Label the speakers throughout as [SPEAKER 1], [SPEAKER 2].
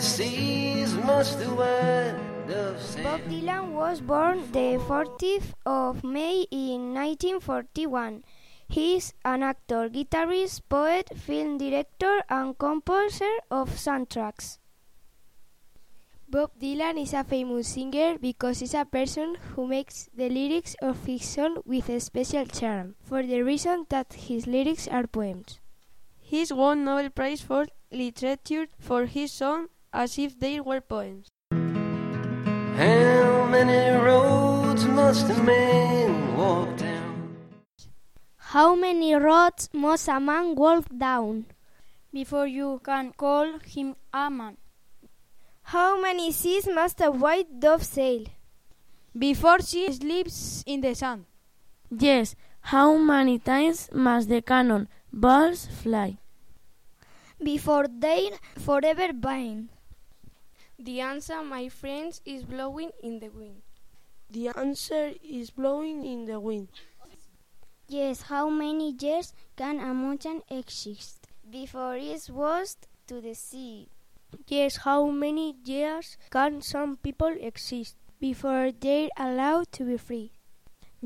[SPEAKER 1] seas must the wind of sand.
[SPEAKER 2] Bob Dylan was born the 40th of May in 1941. He is an actor, guitarist, poet, film director, and composer of soundtracks. Bob Dylan is a famous singer because he's a person who makes the lyrics of his song with a special charm, for the reason that his lyrics are poems.
[SPEAKER 3] He's won Nobel Prize for Literature for his song As If They Were Poems.
[SPEAKER 1] How many roads must a man walk down?
[SPEAKER 2] How many roads must a man walk down?
[SPEAKER 4] before you can call him a man.
[SPEAKER 2] How many seas must a white dove sail?
[SPEAKER 4] Before she sleeps in the sun.
[SPEAKER 5] Yes, how many times must the cannon balls fly?
[SPEAKER 2] Before they forever bind.
[SPEAKER 6] The answer, my friends, is blowing in the wind.
[SPEAKER 3] The answer is blowing in the wind.
[SPEAKER 2] Yes, how many years can a mountain exist? Before it was to the sea. Yes, how many years can some people exist? Before they're allowed to be free.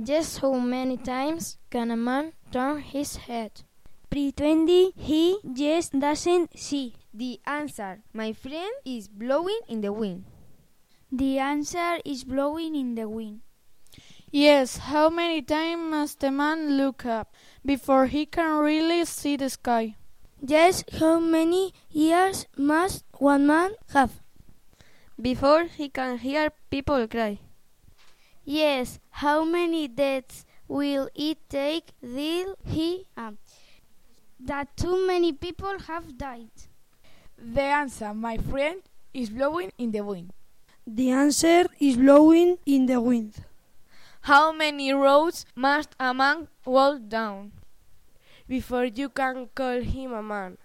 [SPEAKER 2] Just how many times can a man turn his head? Pretending he just doesn't see.
[SPEAKER 7] The answer, my friend, is blowing in the wind.
[SPEAKER 2] The answer is blowing in the wind.
[SPEAKER 8] Yes, how many times must a man look up before he can really see the sky?
[SPEAKER 2] Just how many years must one man have?
[SPEAKER 3] Before he can hear people cry.
[SPEAKER 2] Yes, how many deaths will it take till he um, that too many people have died?
[SPEAKER 9] The answer, my friend, is blowing in the wind.
[SPEAKER 3] The answer is blowing in the wind.
[SPEAKER 8] How many roads must a man walk down?
[SPEAKER 3] Before you can call him a man.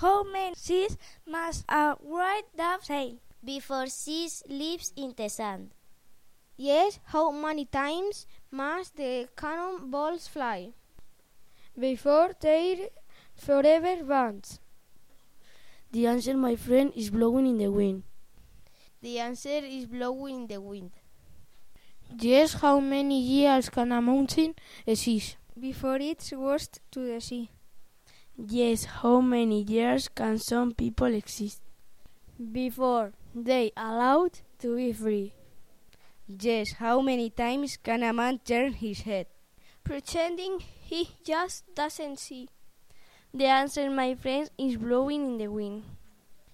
[SPEAKER 2] How many seas must a white dove sail?
[SPEAKER 10] Before she sleeps in the sand.
[SPEAKER 2] Yes, how many times must the cannonballs fly?
[SPEAKER 4] Before they forever bonds.
[SPEAKER 5] The answer, my friend, is blowing in the wind.
[SPEAKER 6] The answer is blowing in the wind.
[SPEAKER 7] Yes, how many years can a mountain exist?
[SPEAKER 4] Before it's washed to the sea.
[SPEAKER 5] Yes, how many years can some people exist?
[SPEAKER 4] Before they allowed to be free.
[SPEAKER 7] Yes, how many times can a man turn his head?
[SPEAKER 2] Pretending he just doesn't see. The answer, my friends, is blowing in the wind.